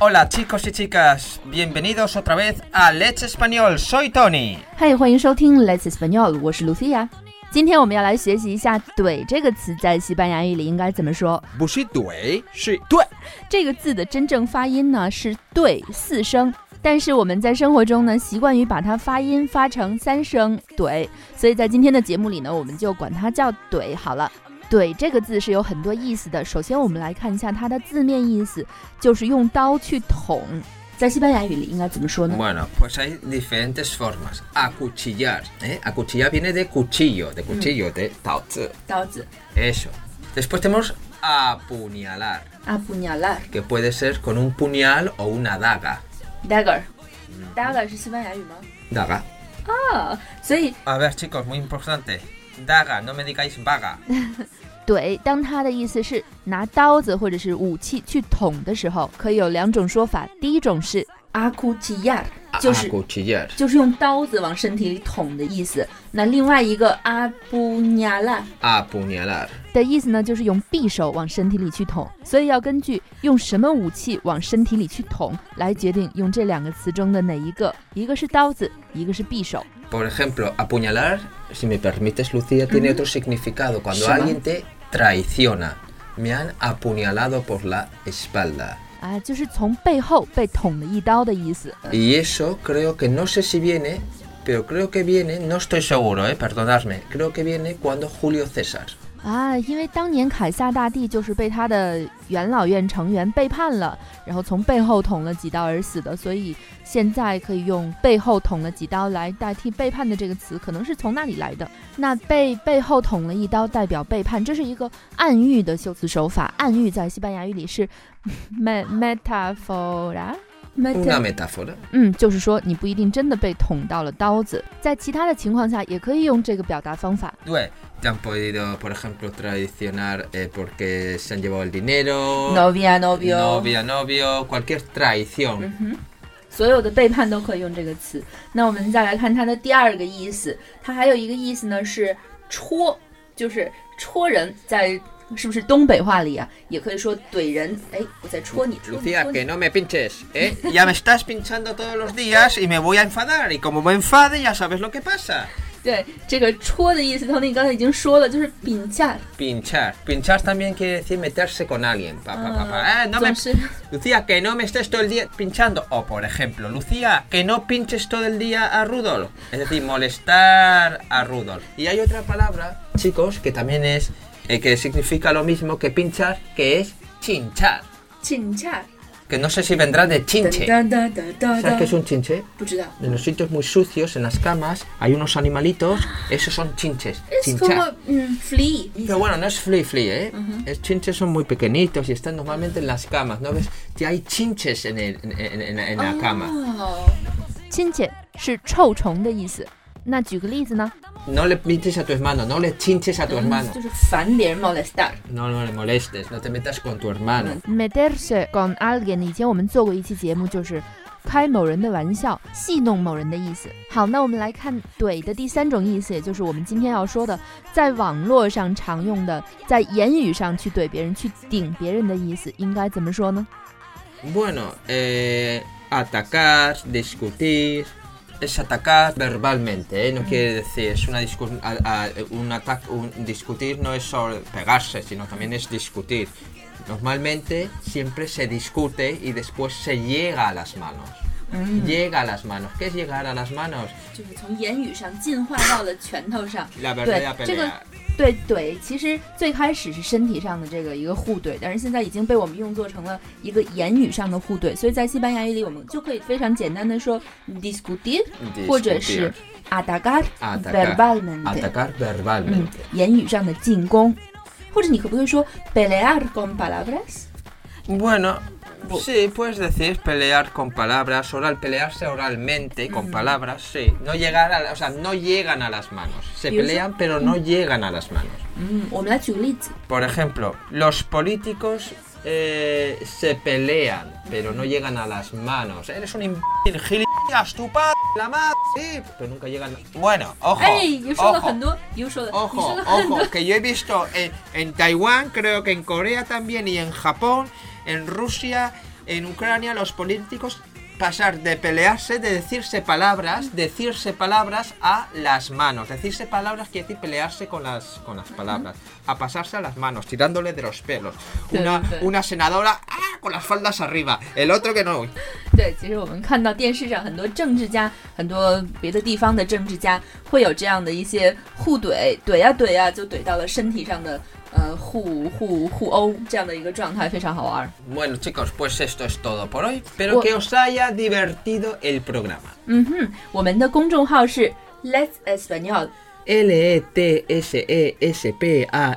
Hola chicos y chicas, bienvenidos otra vez a Let's Español, soy Tony. 嗨，欢迎收听 Let's Español，我是 Lucia。今天我们要来学习一下“怼”这个词在西班牙语里应该怎么说。不是怼，是对。这个字的真正发音呢是“对”四声，但是我们在生活中呢习惯于把它发音发成三声“怼”，所以在今天的节目里呢，我们就管它叫“怼”好了。怼这个字是有很多意思的。首先，我们来看一下它的字面意思，就是用刀去捅。在西班牙语里应该怎么说呢？ Bueno, pues hay diferentes formas. Acuchillar, ¿eh? Acuchillar viene de cuchillo, de cuchillo, de tao zi. 刀子 Eso. Después tenemos apuñalar, a p u ñ a l a r que puede ser con un puñal o una daga. dagger。dagger 是西班牙语吗？ Daga. 啊， 所以 A ver chicos, muy importante. Daga, no me digáis vaga. 怼，当它的意思是拿刀子或者是武器去捅的时候，可以有两种说法。第一种是阿库吉亚，就是。 Acuchillar. 就是用刀子往身体里捅的意思。那另外一个阿布尼亚拉 Apuñalar. 的意思呢，就是用匕首往身体里去捅。所以要根据用什么武器往身体里去捅来决定用这两个词中的哪一个，一个是刀子，一个是匕首。 Por ejemplo, apuñalar, si me permites, Lucía, tiene otro significado. Cuando Shema. alguien te traiciona, me han apuñalado por la espalda. 啊，就是从背后被捅了一刀的意思。 Y eso creo que no sé si viene, pero creo que viene, no estoy seguro, eh, perdonadme, creo que viene cuando Julio César. 啊，因为当年凯撒大帝就是被他的元老院成员背叛了，然后从背后捅了几刀而死的，所以现在可以用“背后捅了几刀”来代替“背叛”的这个词，可能是从那里来的。那被背后捅了一刀代表背叛，这是一个暗喻的修辞手法。暗喻在西班牙语里是 met metaphora。 Una metáfora. 嗯，就是说你不一定真的被捅到了刀子，在其他的情况下也可以用这个表达方法。 Due, Te han podido, por ejemplo, traicionar eh, porque se han llevado el dinero. novia 哦 Novia, novio, cualquier traición. 所有的背叛都可以用这个词。那我们再来看它的第二个意思，它还有一个意思呢是戳，就是戳人，在是不是东北话里啊，也可以说怼人。哎，我在戳你，戳你， Lucía, 戳 que 你。 no me pinches, ¿eh? Ya me estás pinchando todos los días y me voy a enfadar. Y como me enfade, ya sabes lo que pasa. 对，这个戳的意思，t o n y 刚才已经说了，就是饼架， Pinchar. Pinchar también quiere decir meterse con alguien. Pa, pa, pa, pa. 啊 Eh, no 总 me... 是 Lucía, que no me estés todo el día pinchando. O, por ejemplo, Lucía, que no pinches todo el día a Rudolf. Es decir, molestar a Rudolf. Y hay otra palabra, chicos, que también es... eh, que significa lo mismo que pinchar, que es chinchar. 请架， Que no sé si vendrá de chinche. 哒哒哒哒 ¿Sabes 哒 qué es，un chinche? 不知道。 En los sitios muy sucios, en las camas, hay unos animalitos, esos son chinches. It's como Chinchar. 嗯 flea， Pero bueno, no es flea flea, ¿eh? Es chinches son muy pequeñitos y están normalmente en las camas, ¿no ves? Que hay chinches en, el- en- en- en la- en Ah. la cama. 哦，亲戚是臭虫的意思。那举个例子呢？ No le pinches a tu hermano, no le chinches Ah, a tu hermano. 就是烦别人 molestar。 No, no le molestes, no te metas con tu hermano. meterse con alguien，以前我们做过一期节目，就是开某人的玩笑、戏弄某人的意思。好，那我们来看“怼”的第三种意思，也就是我们今天要说的，在网络上常用的，在言语上去怼别人、去顶别人的意思，应该怎么说呢？ Bueno, eh, atacar, discutir. Es atacar verbalmente, ¿eh? no quiere decir, es una discu- a- a- un ataque, un discutir no es solo pegarse, sino también es discutir. Normalmente siempre se discute y después se llega a las manos. Llega a las manos. ¿Qué es llegar a las manos? 就是从言语上进化到了拳头 上。 La verdadera 对，这个 pelea. 对怼，其实最开始是身体上的这个一个互怼，但是现在已经被我们用作成了一个言语上的互怼，所以在西班牙语里，我们就可以非常简单的说 discutir， Discutir 或者是 atacar Atacar. verbalmente， Atacar 嗯 verbalmente.，言语上的进攻，或者你可不可以说 pelear con palabras？ Bueno, sí, puedes decir pelear con palabras, oral, pelearse oralmente con palabras, sí. No llegar a, la- o sea, no llegan a las manos. Se ¿Y eso? pelean, pero no llegan a las manos. 嗯，我们来举个例子， Por ejemplo, los políticos eh, se pelean, pero no llegan a las manos. Eres un imbécil, gilipollas, tu padre, la madre, sí, pero nunca llegan. a- Bueno, ojo. 哎，又说了 ojo. 很多，又说了，你说 Ojo, 了很多 ojo, que yo he eh, visto en, en Taiwán, creo que en Corea también y en Japón, en Rusia en Ucrania los políticos pasar de pelearse, de decirse palabras, decirse palabras a las manos. Decirse palabras quiere decir pelearse con las, con las palabras, a pasarse a las manos, tirándole de los pelos. Una, 对对 una senadora ¡ah! con las faldas arriba, el otro que no. 对，其实我们看到电视上很多政治家，很多别的地方的政治家会有这样的一些互怼，怼呀、怼呀、就怼到了身体上的呃互互互殴这样的一个状态，非常好玩儿。 Bueno chicos, pues esto es todo por hoy. Espero Bu- que os haya divertido el programa. 嗯哼，我们的公众号是 Let's Espanol。E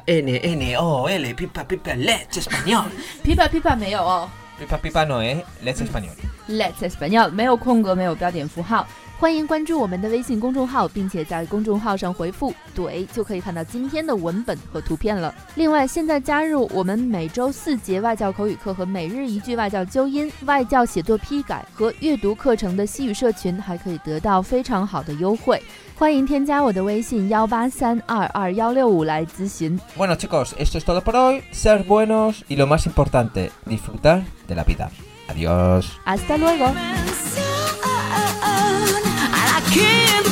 L-E-T-S-E-S-P-A-N-N-O-L, pipa pipa, let's español. pipa pipa 没有哦 Pipa pipa no, ¿eh? Let's español. ，Let's Espanol 没有空格，没有标点符号。欢迎关注我们的微信公众号，并且在公众号上回复“怼”，就可以看到今天的文本和图片了。另外，现在加入我们每周四节外教口语课和每日一句外教纠音、外教写作批改和阅读课程的西语社群，还可以得到非常好的优惠。欢迎添加我的微信幺八三二二幺六五来咨询。 Bueno chicos, esto es todo por hoy. Ser buenos y lo más importante, disfrutar de la vida. Adiós. Hasta luego。 And I can't